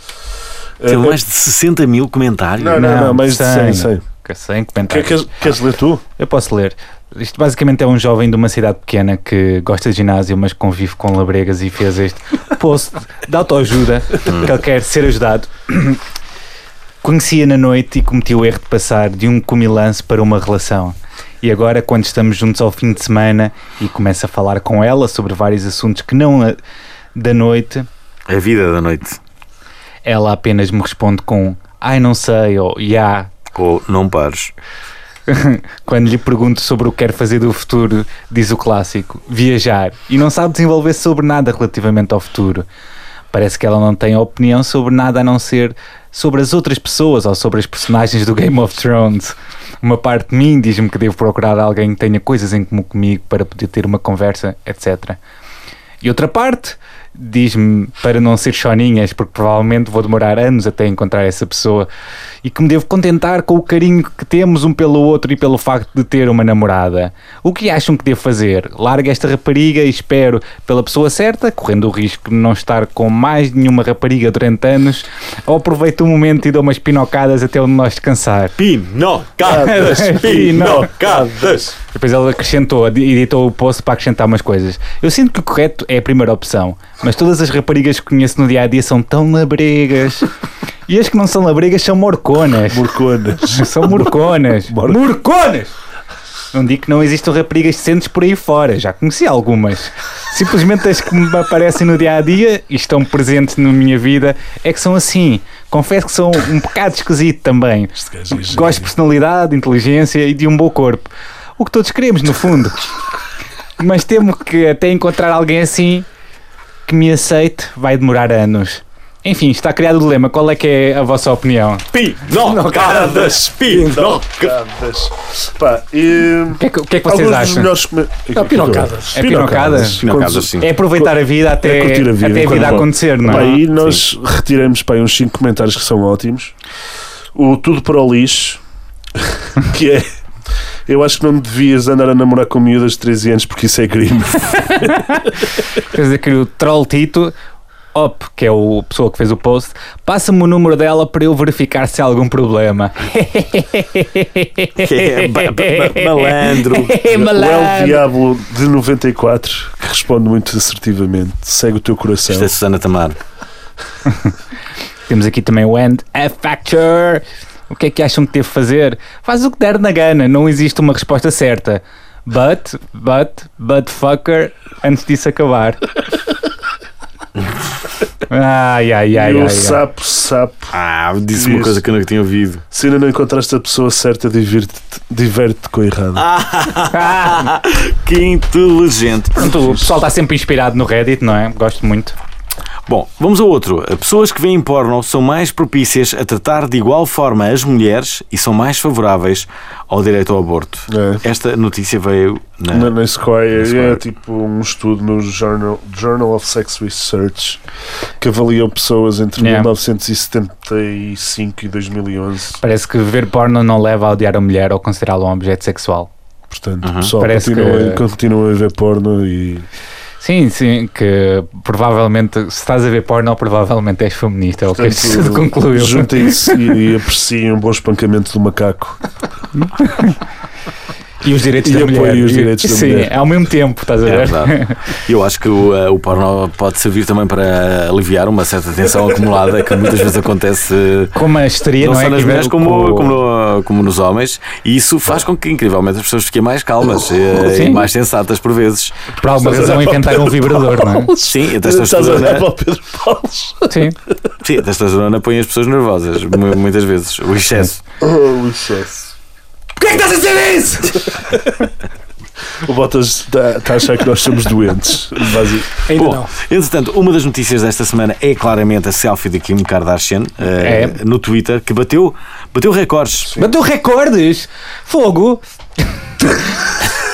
A: Teve
C: Uh,
A: mais de 60 mil comentários.
C: Não, não, não,
B: Não,
C: mais de
B: cem.
C: 100, 100.
B: Que- Sem
C: Quer-
B: comentários.
C: é Queres, queres ler tu?
B: Eu posso ler. Isto basicamente é um jovem de uma cidade pequena que gosta de ginásio, mas convive com labregas e fez este post de autoajuda, que ele quer ser ajudado. Conhecia na noite e cometi o erro de passar de um comilance para uma relação. E agora, quando estamos juntos ao fim de semana e começo a falar com ela sobre vários assuntos que não a- da noite,
A: A vida da noite.
B: ela apenas me responde com ai não sei ou já.
A: Ou não pares.
B: Quando lhe pergunto sobre o que quer fazer do futuro, diz o clássico: viajar. E não sabe desenvolver sobre nada relativamente ao futuro. Parece que ela não tem opinião sobre nada a não ser sobre as outras pessoas ou sobre as personagens do Game of Thrones. Uma parte de mim diz-me que devo procurar alguém que tenha coisas em comum comigo para poder ter uma conversa, etc. E outra parte diz-me para não ser choninhas, porque provavelmente vou demorar anos até encontrar essa pessoa e que me devo contentar com o carinho que temos um pelo outro e pelo facto de ter uma namorada. O que acham que devo fazer? Largo esta rapariga e espero pela pessoa certa, correndo o risco de não estar com mais nenhuma rapariga durante anos, ou aproveito o momento e dou umas pinocadas até onde nós descansar. É,
A: Pinocadas! Pinocadas!
B: Depois ele acrescentou, editou o post para acrescentar umas coisas. Eu sinto que o correto é a primeira opção, mas todas as raparigas que conheço no dia a dia são tão labregas. E as que não são labregas são morconas.
C: Morconas.
B: São morconas.
C: Mor-
B: Morconas! Não digo que não existam raparigas decentes por aí fora, já conheci algumas. Simplesmente as que me aparecem no dia a dia e estão presentes na minha vida é que são assim. Confesso que são um bocado esquisito também.
C: Este gajo é
B: Gosto de personalidade, inteligência e de um bom corpo. O que todos queremos, no fundo. Mas temo que até encontrar alguém assim que me aceite vai demorar anos. Enfim, está criado o dilema. Qual é que é a vossa opinião?
A: Pinocadas, pinocadas.
C: Cadas. Pá, e.
B: O que é que, o que é que
C: Alguns
B: vocês
C: dos
B: acham?
C: melhores come-
D: Não, pinocadas.
B: É pinocadas?
A: Pinocadas, sim.
B: É aproveitar a vida até,
C: É curtir a vida,
B: até a
C: enquanto
B: vida
C: pode.
B: acontecer, não
C: Pá,
B: é?
C: e nós retiramos pá, uns 5 comentários que são ótimos. O Tudo para o Lixo, que é. Eu acho que não devias andar a namorar com miúdas de 13 anos porque isso é crime.
B: Quer dizer que o troll Tito, op, que é o- a pessoa que fez o post, passa-me o número dela para eu verificar se há algum problema.
A: É, ba- ba- malandro.
C: O El
B: Malandro.
C: Diablo de 94, que responde muito assertivamente. Segue o teu coração.
A: Isto é Susana Tamar.
B: Temos aqui também o End a Factor. O que é que acham que devo fazer? Faz o que der na gana, não existe uma resposta certa. But, but, but fucker, antes disso acabar. Ai, ai, é- ai,
C: e o
B: ai. ai.
C: sapo, sapo.
A: Ah, disse uma
C: Isso.
A: coisa que eu nunca tinha ouvido.
C: Se ainda não encontraste a pessoa certa, divirte-te- diverte-te com a errada.
B: Ah,
A: Que inteligente.
B: pronto, o pessoal está sempre inspirado no Reddit, não é? Gosto muito.
A: Bom, vamos a outro. Pessoas que veem porno são mais propícias a tratar de igual forma as mulheres e são mais favoráveis ao direito ao aborto.
C: É.
A: Esta notícia veio
B: É.
A: na.
C: Na, na é Squire,
A: Na Squire.
C: é tipo um estudo no Journal, Journal of Sex Research que avaliou pessoas entre
B: Yeah.
C: 1975 e 2011.
B: Parece que ver porno não leva a odiar a mulher ou considerá-la um objeto sexual.
C: Portanto,
A: Uhum.
C: pessoal,
B: Parece
C: continuem
B: que- é-
C: continuem a ver porno e.
B: Sim, sim, que provavelmente, se estás a ver porno, provavelmente és feminista, é o que este estudo
C: portanto,
B: concluiu.
C: Juntem-se e, e apreciem um bom espancamento do macaco.
B: E os direitos
C: E
B: da
C: apoio
B: mulher.
C: os direitos da
B: sim,
C: mulher.
B: ao mesmo tempo, estás a
A: É
B: ver?
A: verdade. Eu acho que o, eh, o porno pode servir também para aliviar uma certa tensão acumulada que muitas vezes acontece eh,
B: Como a histeria,
A: não
B: não,
A: só
B: é?
A: nas
B: Que vem
A: mulheres
B: o-
A: como,
B: o-
A: como, no- como nos homens, e isso faz com que, incrivelmente, as pessoas fiquem mais calmas eh,
B: Oh, Sim.
A: e mais sensatas por vezes.
B: Por alguma razão inventaram um vibrador, não é?
A: Sim, até esta
C: Estás a
A: testosterona,
C: olhar para o Pedro Paulos.
B: Sim.
A: sim, a testosterona põe as pessoas nervosas, mu- muitas vezes, o excesso.
C: Oh, excesso.
A: Porquê é que estás a dizer isso?
C: O Botas está está a achar que nós somos doentes. Basi-
D: Ainda
A: Bom,
D: não.
A: Entretanto, uma das notícias desta semana é claramente a selfie de Kim Kardashian eh, no Twitter, que bateu, bateu recordes.
B: Bateu recordes! Fogo!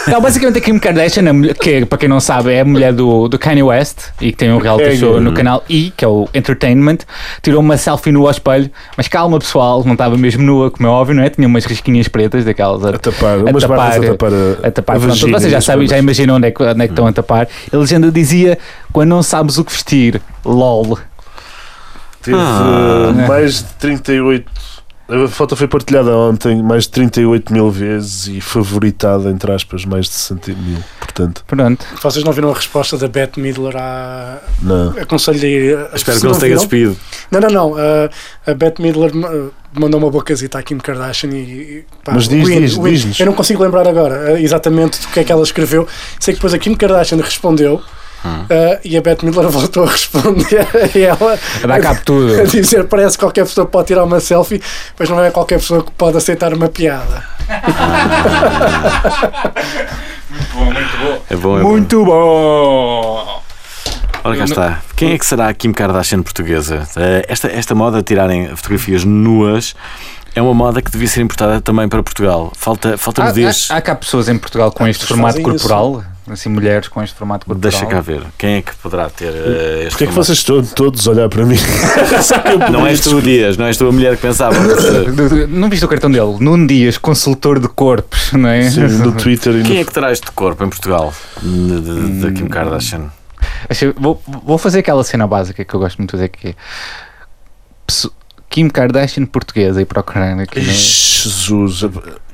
B: Não, É basicamente a Kim Kardashian, a mulher- que para quem não sabe é a mulher do, do Kanye West e que tem um reality
C: É,
B: show
C: hum.
B: no
A: Uhum.
B: canal E, que é o Entertainment, tirou uma selfie no ao espelho, mas calma pessoal, não estava mesmo nua, como é óbvio, não é? Tinha umas risquinhas pretas daquelas a,
C: A tapar,
B: a
C: umas barras
B: tapar,
C: a tapar a,
B: a tapar.
C: a
B: Pronto,
C: vagina
B: vocês
C: e
B: já
C: as
B: sabem, já
C: pernas.
B: imaginam onde é, que, onde é que estão a tapar. A legenda dizia: quando não sabes o que vestir, lol.
C: Teve
A: Ah.
C: eh, mais de 38. A foto foi partilhada ontem mais de 38 mil vezes e favoritada, entre aspas, mais de 60 mil. Portanto,
B: Pronto.
D: Vocês não viram a resposta da Beth Midler à.
C: não.
D: Aconselho-lhe. a-
A: Espero
D: se
A: que não se tenha
D: viram-
A: despido.
D: Não, não, não. ah, a Beth Midler ah, mandou uma bocazita à Kim Kardashian e. e, pá,
C: Mas diz,
D: o hino-
C: diz,
D: o hino-
C: diz-nos.
D: Eu não consigo lembrar agora ah, exatamente do que é que ela escreveu. Sei que depois a Kim Kardashian respondeu ah, e a Beth Midler voltou a responder a ela
B: A dar cabo de tudo.
D: a dizer: parece que qualquer pessoa pode tirar uma selfie, mas não é qualquer pessoa que pode aceitar uma piada.
A: É bom, é bom.
B: Muito bom!
A: Ora cá está. Quem é que será a Kim Kardashian portuguesa? Eh, Esta, esta moda de tirarem fotografias nuas é uma moda que devia ser importada também para Portugal. Falta, falta
B: Há,
A: nudez.
B: há, há cá pessoas em Portugal com este
D: pessoas
B: formato
D: fazem isso.
B: corporal, assim, mulheres com este formato corporal.
A: Deixa cá ver. Quem é que poderá ter eh, este
C: Porquê é que
A: formato?
C: vocês estão todos a olhar para mim?
A: Não és tu, Dias, não és tu a mulher que pensava. mas, eh,
B: Não viste o cartão dele? Nuno Dias, consultor de corpos, não é?
C: Sim, no Twitter e no
A: Quem é que terá este corpo em Portugal? De, de- de Kim Kardashian.
B: Achei- vou, vou fazer aquela cena básica que eu gosto muito de dizer que é Pesso- Kim Kardashian portuguesa e procurando
A: é?
B: aqui. é? no-
C: Jesus.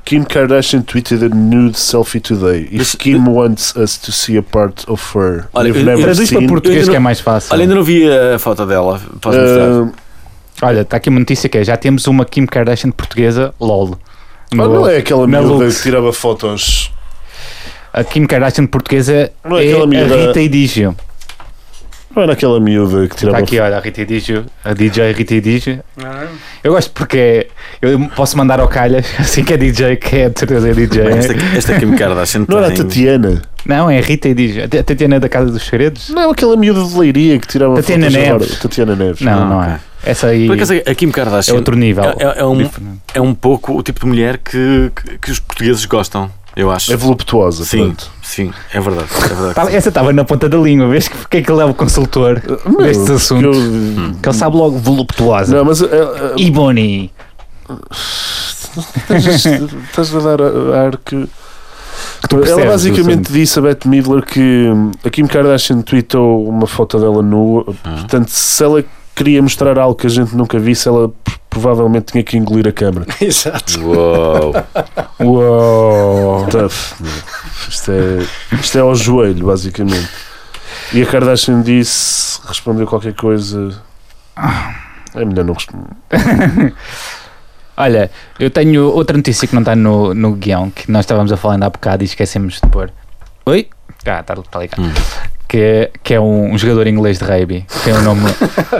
C: Kim Kardashian tweeted a nude selfie today. If Kim wants us to see a part of her,
A: Olha,
C: we've
A: eu-
C: never
B: Traduz para
C: seen.
B: português
A: Eu
B: que é
A: não-
B: mais fácil.
A: Olha, ainda não vi a foto dela. Podes mostrar?
C: Ah,
B: Olha, está aqui uma notícia que é: já temos uma Kim Kardashian portuguesa, lol.
C: ah,
B: No-
C: não é aquela
B: na
C: miúda
B: Lux.
C: que tirava fotos.
B: A Kim Kardashian portuguesa
C: Não é
B: é,
C: aquela
B: a
C: miúda-
B: Rita Edigio.
C: Não era aquela miúda
B: Está
C: que
A: Tá
C: tirava
B: aqui, olha, a Rita Edigio, a DJ Rita Edigio.
A: Ah.
B: Eu gosto porque eu posso mandar ao calhas, assim que é DJ, que é de certeza é DJ.
A: Bem, esta, esta Kim Kardashian
C: Não era a
A: tem-
C: Tatiana.
B: Não, é Rita e diz. A T- Tatiana é da Casa dos Segredos?
C: Não, aquela miúda de leiria que tirava
B: Tatiana
C: fotos agora.
B: Neves.
C: Tatiana Neves.
B: Não, não é. Essa aí
A: Por acaso, a Kim
B: é
A: Kardashian
B: outro nível.
A: é- é- é um-
B: diferente.
A: é um pouco o tipo de mulher que, que, que os portugueses gostam, eu acho.
C: É voluptuosa,
A: Sim,
C: pronto.
A: sim, é verdade. É verdade
B: Tava-
A: que sim.
B: Essa estava na ponta da língua, vês que porque é que ele é o consultor destes
C: porque
B: assuntos?
A: Hum.
C: eu-
B: Que ele sabe logo voluptuosa.
C: Não, mas é, é,
B: E Bonnie.
C: estás, estás a dar a- ar que.
B: Que tu
C: Ela
B: percebes
C: basicamente disse a Beth Midler que hum, a Kim Kardashian tweetou uma foto dela nua.
A: Ah.
C: Portanto, se ela queria mostrar algo que a gente nunca visse, ela p- provavelmente tinha que engolir a câmara.
D: Exato.
A: Uou.
B: o assunto. Uou.
C: Tough, meu. isto, é, isto é ao joelho, basicamente. E a Kardashian disse, respondeu qualquer coisa. É melhor não responder.
B: Olha, eu tenho outra notícia que não está no, no guião, que nós estávamos a falar ainda há bocado e esquecemos de pôr. Oi? Ah, está tá ligado.
A: Hum.
B: Que, é- que é um, um jogador inglês de rugby. que Tem um nome.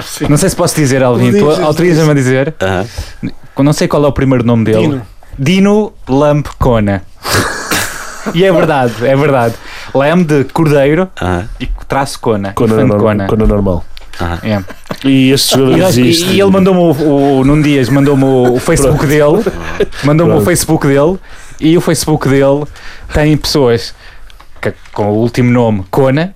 D: Sim.
B: não sei se posso dizer, Alvin.
D: Diz,
B: tu
D: diz,
B: Autoriza-me a dizer.
A: Ah,
B: Não sei qual é o primeiro nome dele.
D: Dino.
B: Dino Lampcona. e é verdade, é verdade. Lamb de cordeiro
A: ah,
B: e traço cona.
C: Quando
B: infante
C: é normal,
B: cona.
C: quando normal.
A: ah.
B: É.
C: E este
B: E,
C: jogador
B: nós- e-
C: existe.
B: e ele mandou-me o, o Num Dias mandou-me o, o Facebook dele. Mandou-me o
C: Pronto.
B: Facebook dele. E o Facebook dele tem pessoas que- com o último nome Cona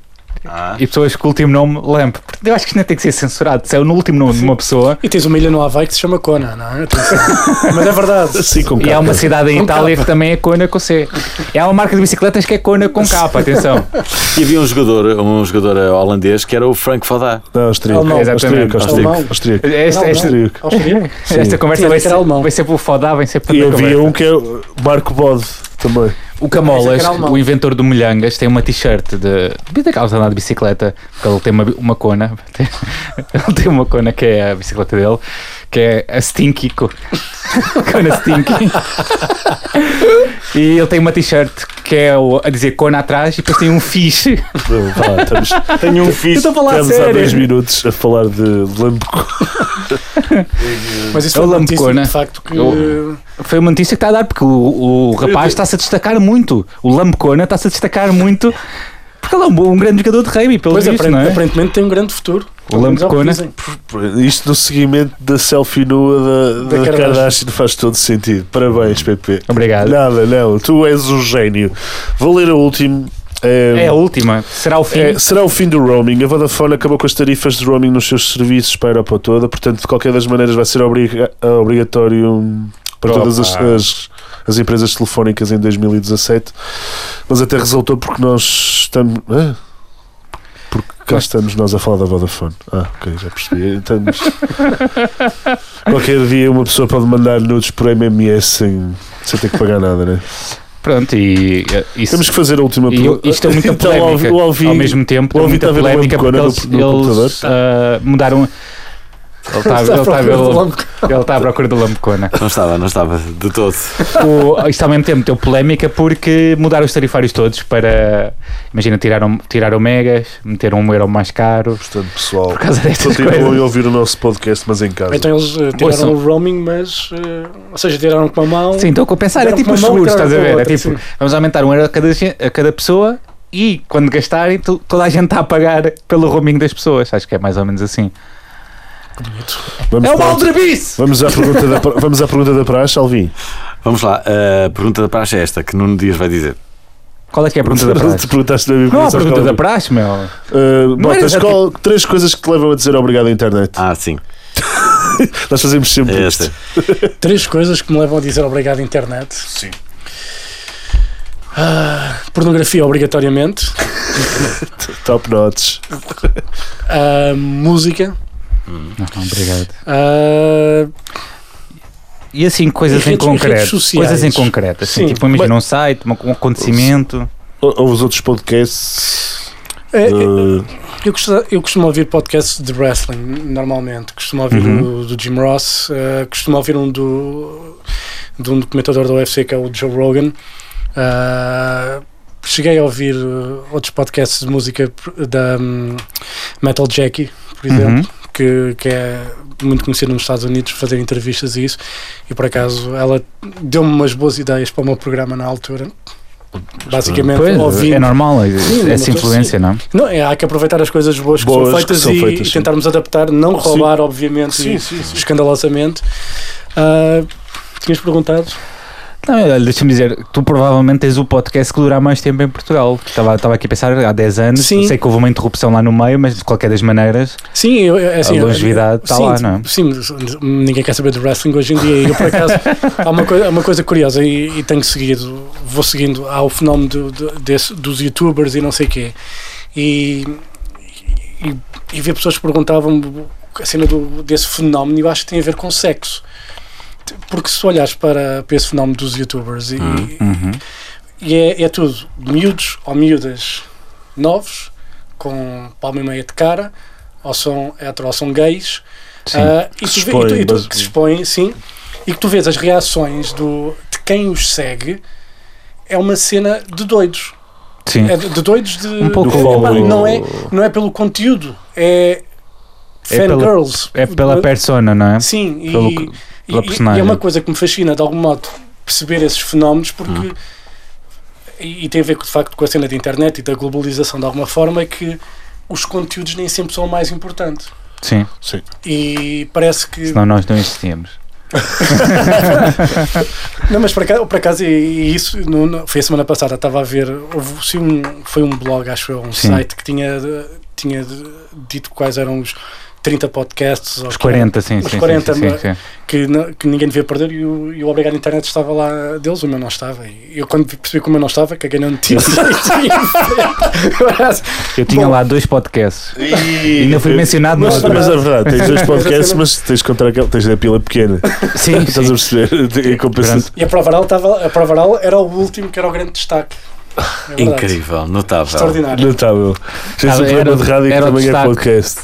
A: Ah.
B: e pessoas com o último nome Lamp. Portanto, Eu acho que isto não tem que ser censurado. Se é o último nome de uma pessoa
D: E tens uma ilha no Havaí que se chama Kona, não é? Atenção. Mas é verdade.
C: Sim, com
B: e há
C: Um capa.
B: uma cidade em Itália que também é Cona com C. E há uma marca de bicicletas que é Cona com K, atenção.
A: E havia um jogador, um jogador holandês que era o Frank Fadá.
C: Não, austríaco.
D: Alemão.
C: Austríaco,
B: Exatamente.
C: austríaco,
D: Alemão.
C: austríaco.
B: Esta,
D: Não,
B: esta,
C: austríaco.
D: Austríaco?
C: Sim. é
B: esta conversa
D: Tinha
B: vai
D: que ser
B: ser,
D: alemão.
B: vai ser pelo fodá, vai ser
C: E
B: pela
C: havia
B: conversa.
C: um que é o Marco Bode também.
B: O Camolas,
D: Esse é que era
B: o inventor do Molhangas, tem uma t-shirt de. de daquelas de andar de bicicleta, porque ele tem uma, uma cona. ele tem uma cona que é a bicicleta dele, que é a Stinky. Co, cona Stinky. e ele tem uma t-shirt que é o- a dizer cona atrás e depois tem um fish.
C: Não, vá, estamos,
A: Tenho um filho.
B: Estou a falar a
C: estamos há
B: sério.
C: 10 minutos a falar de lambeco.
D: Mas isso
B: É
D: foi
B: o
D: uma notícia,
B: Lampcona.
D: de facto que...
B: Eu- Foi uma notícia que está a dar, porque o, o rapaz está-se a destacar muito. O Lambcona está-se a destacar muito. Porque ele é um, bom- um grande jogador de rugby, pelo
D: Pois,
B: visto,
D: aparente-
B: não é?
D: aparentemente tem um grande futuro.
B: O Lampcona.
C: Isto no seguimento da selfie nua da,
D: Da
C: da
D: Kardashian.
C: Kardashian faz todo sentido. Parabéns, PP.
B: Obrigado.
C: Nada, não. Tu és um gênio. Vou ler o último. eh,
B: É a última. Será o fim?
C: É, será o fim do roaming. A Vodafone acabou com as tarifas de roaming nos seus serviços para a Europa toda, portanto, de qualquer das maneiras, vai ser obriga- obrigatório hum, para todas as, as- as empresas telefónicas em 2017. Mas até resultou porque nós estamos. Hã? Porque cá
B: Nós-
C: estamos nós a falar da Vodafone. Ah, ok, já percebi. Estamos. qualquer dia uma pessoa pode mandar nudes por MMS sem, sem ter que pagar nada, né?
B: Pronto, e eh, isso.
C: Temos que fazer a última
B: e eu-
C: pergunta.
B: isto é muita
C: Então, ao-
B: polémica.
C: o Alvin-
B: Ao mesmo tempo, tem
C: o Alvin
B: muita
C: está a ver uma
B: polémica porque
C: cor no-
B: eles,
C: no computador?
B: eles, ah, mudaram. Ele está, ele, está a ver o- ele está à procura do Lampecona.
A: Não estava, não estava, de todo.
B: O- Isto ao mesmo tempo deu polémica porque mudaram os tarifários todos para. Imagina, tiraram, tiraram megas, meteram um euro mais caro.
C: Portanto, pessoal.
B: Por causa destas
C: Continuem a
B: coisas.
C: ouvir o nosso podcast, mas em casa.
D: Então eles eh, tiraram
B: Ouçam.
D: o roaming, mas... eh, ou seja, tiraram com uma mão...
B: Sim, estou a compensar. É
D: Deram
B: tipo
D: com
B: os
D: uma mão e
B: seguros, estás a
D: tiraram
B: ver?
D: com
B: É
D: a outra,
B: tipo, vamos aumentar um euro a cada, gen- a cada pessoa e quando gastarem, tu- toda a gente está a pagar pelo roaming das pessoas. Acho que é mais ou menos assim.
C: vamos,
B: É uma
C: para-
B: aldrabice!
C: vamos à pergunta da, pra- vamos à pergunta da praxe, Alvin.
A: Vamos lá, a pergunta da praxe é esta, que Nuno Dias vai dizer.
B: Qual é que é a pergunta da
C: Te
B: praxe?
C: perguntaste na minha
B: Não há
C: pergunta,
B: pergunta da
C: Alvin.
B: praxe, meu.
C: Ah, botas,
B: era-
C: qual- três coisas que te levam a dizer obrigado à internet.
A: Ah, sim,
C: Nós fazemos sempre
A: é
C: isto.
A: esta.
D: Três coisas que me levam a dizer obrigado à internet. Sim. pornografia, obrigatoriamente.
C: Top notch.
D: Ah, música.
B: Não, obrigado.
D: Ah,
B: E assim,
D: E
B: coisas
D: redes-
B: em concreto.
D: redes sociais.
B: coisas em concreto. Assim,
D: Sim.
B: tipo, imagina um site, um, um acontecimento.
C: Ou, ou os outros podcasts.
D: é- é-
C: ah,
D: eu, costumo, eu costumo ouvir podcasts de wrestling, normalmente. Costumo ouvir
B: Uhum.
D: o do Jim Ross, ah, costumo ouvir um do, de um documentador da UFC que é o Joe Rogan. Ah, cheguei a ouvir ah, outros podcasts de música pr- da hum, Metal Jackie, por exemplo.
B: Uhum.
D: que, que é muito conhecida nos Estados Unidos fazer entrevistas e isso e por acaso ela deu-me umas boas ideias para o meu programa na altura Basicamente,
B: Pois,
D: ouvindo.
B: é normal, é-
D: Sim, mas
B: essa
D: eu-
B: influência, não é?
D: Não, é, há que aproveitar as coisas boas que
C: Boas
D: são
C: que
D: feitas,
C: são
D: e,
C: feitas,
D: e
C: sim.
D: tentarmos adaptar, não roubar, obviamente,
C: Sim,
D: e-
C: sim, sim.
D: escandalosamente. Ah, tinhas perguntado?
B: Não, olha, deixa-me dizer, tu provavelmente tens o podcast que durar mais tempo em Portugal. Estava, estava aqui a pensar há 10 anos,
D: Sim.
B: sei que houve uma interrupção lá no meio, mas de qualquer das maneiras,
D: Sim, eu, é assim,
B: A longevidade
D: eu-
B: tá
D: sim,
B: lá, não é?
D: Sim, ninguém quer saber do wrestling hoje em dia. E eu, por acaso, há uma coisa, há uma coisa curiosa e, e tenho seguido, vou seguindo, há o fenómeno do- do- desse- dos youtubers e não sei o quê. E, e, e vi pessoas que perguntavam a cena do- desse fenómeno e eu acho que tem a ver com sexo. Porque se olhares para, para esse fenómeno dos youtubers e,
B: uhum.
D: e é, é tudo miúdos ou miúdas novos, com palma e meia de cara, ou são hetero ou são gays,
B: Sim.
D: ah, e
C: Que se
D: tu vê-
C: expõem,
D: e tu- e tu-
C: mas-
D: que se expõem, sim, e que tu vês as reações do, de quem os segue, é uma cena de doidos.
B: sim.
D: É de, de doidos de.
B: Um pouco
D: é, pá,
B: following.
D: não, é, não é pelo conteúdo, é.
B: É pela-
D: Fangirls.
B: É pela persona, não é?
D: Sim, e-
B: Pelo
D: e,
B: que-
D: e-
B: pela
D: e
B: personagem.
D: é uma coisa que me fascina, de algum modo, perceber esses fenómenos, porque.
B: Uhum.
D: E, e tem a ver, de facto, com a cena da internet e da globalização, de alguma forma, é que os conteúdos nem sempre são o mais importante.
B: Sim,
C: Sim.
D: E parece que.
B: senão nós não existíamos.
D: Não, mas por acaso, por acaso e, e isso no- no- foi a semana passada, estava a ver, houve, sim, um, foi um blog, acho eu, um
B: Sim.
D: site que tinha, tinha dito quais eram os 30 podcasts ou
B: Os 40, sim,
D: Os
B: sim,
D: é?
B: sim,
D: 40,
B: sim, sim,
D: mas-
B: sim.
D: que, não- que ninguém devia perder e o, e o Obrigado Internet estava lá deles, o meu não estava. E eu quando percebi que o meu não estava, caguei na notícia
B: Eu tinha
D: Bom.
B: lá dois podcasts.
C: E
B: Ainda fui mencionado
C: Mas,
B: no
C: mas é verdade, tens dois podcasts, mas
D: Mas-
C: tens de contar aquele, tens da pila pequena.
B: Sim,
C: Estás a
B: sim.
C: perceber? E compensa
D: e a Provaral estava, a Provaral era o último que era o grande destaque. É verdade.
A: Incrível, notável.
D: Extraordinário.
C: notável. Tens
B: Sabe,
C: um programa
B: era-
C: de rádio que
B: era o
C: também é
B: destaque.
C: podcast.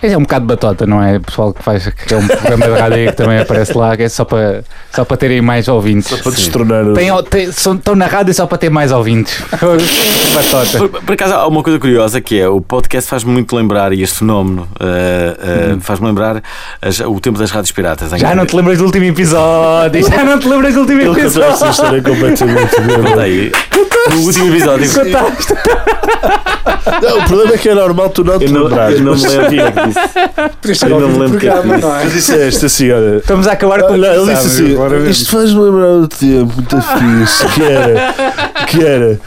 B: É um bocado batota, não é? O pessoal que faz que é um programa de rádio que também aparece lá, que é só para, só para terem mais ouvintes.
C: Para destronar o.
B: Tem, tem, são, estão na rádio só para ter mais ouvintes. batota.
A: Por, por acaso, há uma coisa curiosa que é o podcast faz-me muito lembrar, e este fenómeno uh, uh, faz-me lembrar as- o tempo das rádios piratas. em
B: Já
A: que-
B: não te lembras do último episódio. Já não te lembras do último
C: Ele contou
B: episódio.
C: essa história completamente.
A: Conta aí. No último episódio.
C: Não, o problema é que é normal tu não te lembrar.
A: lembro é disso.
D: Podias ter
C: Eu não me
D: ouvido o
C: lembro o que é que
D: programa, não é?
C: Tu disseste assim, olha.
B: Estamos a acabar com
C: Não,
B: o
C: ele disse
B: sabe?
C: assim,
B: Agora mesmo.
C: isto faz-me lembrar o tempo, muito fixe, que era, que era,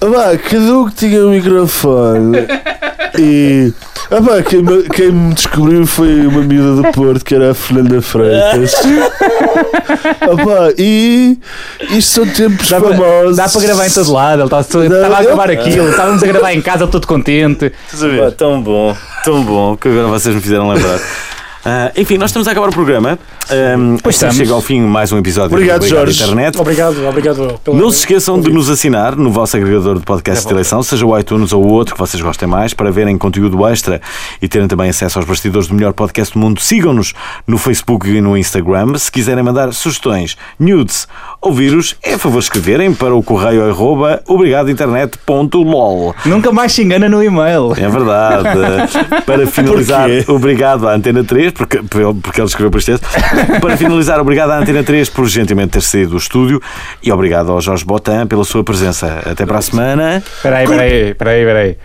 C: vá, cada um que tinha um microfone e, ah, pá, quem, me- quem me descobriu foi uma miúda do Porto, que era a Fernanda Freitas, ah, pá, e isto são tempos
B: Dá pra-
C: famosos.
B: Dá para gravar em todo lado, ele tá- estava a
C: eu-
B: gravar aquilo, estávamos a gravar em casa, todo contente.
A: Pá, tão bom, tão bom que agora vocês me fizeram lembrar. Ah, enfim, nós estamos a acabar o programa. Um,
B: Pois
A: assim
B: estamos.
A: chega ao fim mais um episódio
C: Obrigado,
A: do
C: Jorge.
A: Internet.
D: Obrigado, obrigado eu. pela-
A: Não se esqueçam de nos assinar no vosso agregador de podcast de eleição, seja o iTunes ou o outro que vocês gostem mais, para verem conteúdo extra e terem também acesso aos bastidores do melhor podcast do mundo. Sigam-nos no Facebook e no Instagram. Se quiserem mandar sugestões, nudes ou vírus, é favor escreverem para o correio arroba obrigadointernet.lol.
B: Nunca mais se engana no e-mail.
A: É verdade. Para finalizar,
C: Porquê?
A: obrigado à Antena 3, porque, porque ele escreveu para este texto. Para finalizar, obrigado à Antena 3 por gentilmente ter saído do estúdio e obrigado ao Jorge Botan pela sua presença. Até para a semana.
B: Espera aí, espera aí, espera aí, espera aí.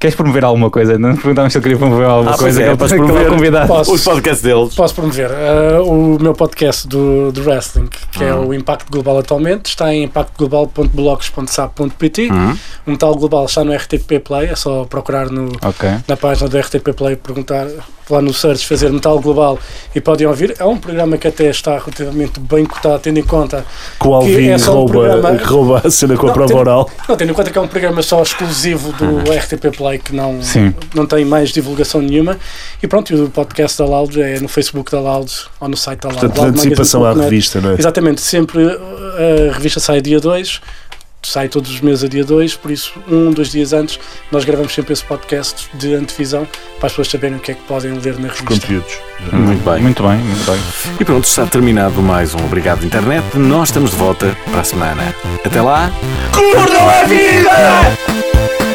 B: Queres promover alguma coisa? Não perguntámos se eu queria promover alguma
A: Ah, pois
B: coisa
A: é,
B: que ele
A: podes
B: que ele vai
A: promover.
B: convidar.
D: Posso.
A: Os podcasts deles.
D: Posso promover ah, o meu podcast do, do wrestling, que
A: Ah.
D: é o Impacto Global atualmente, está em impactoglobal.blogs.sap.pt.
A: Hum.
D: O Metal Um Global está no RTP Play, é só procurar no,
B: Ok.
D: na página do RTP Play, perguntar lá no search, fazer Metal Global e podem ouvir. É um programa que até está relativamente bem cotado, tendo em conta,
C: Com o
D: Que
C: Alvin
D: é só um
C: rouba,
D: programa.
C: rouba a cena com a
D: Não,
C: prova
D: tem-
C: oral.
D: não, tendo em conta que é um programa só exclusivo do
C: Uhum.
D: RTP Play, que não,
B: Sim.
D: não tem mais divulgação nenhuma. E pronto, e o podcast da Loud é no Facebook da Loud ou no site da Loud.
C: Portanto, de antecipação à
D: loudmagazine.net.
C: revista, não é?
D: Exatamente, sempre uh, a revista sai dia 2, sai todos os meses a dia 2, por isso, um, dois dias antes, nós gravamos sempre esse podcast de antevisão para as pessoas saberem o que é que podem ler na revista.
C: Conteúdos.
A: Muito bem.
B: Muito bem, muito bem.
A: E pronto, está terminado mais um Obrigado Internet. Nós estamos de volta para a semana. Até lá.
E: Curtam a vida!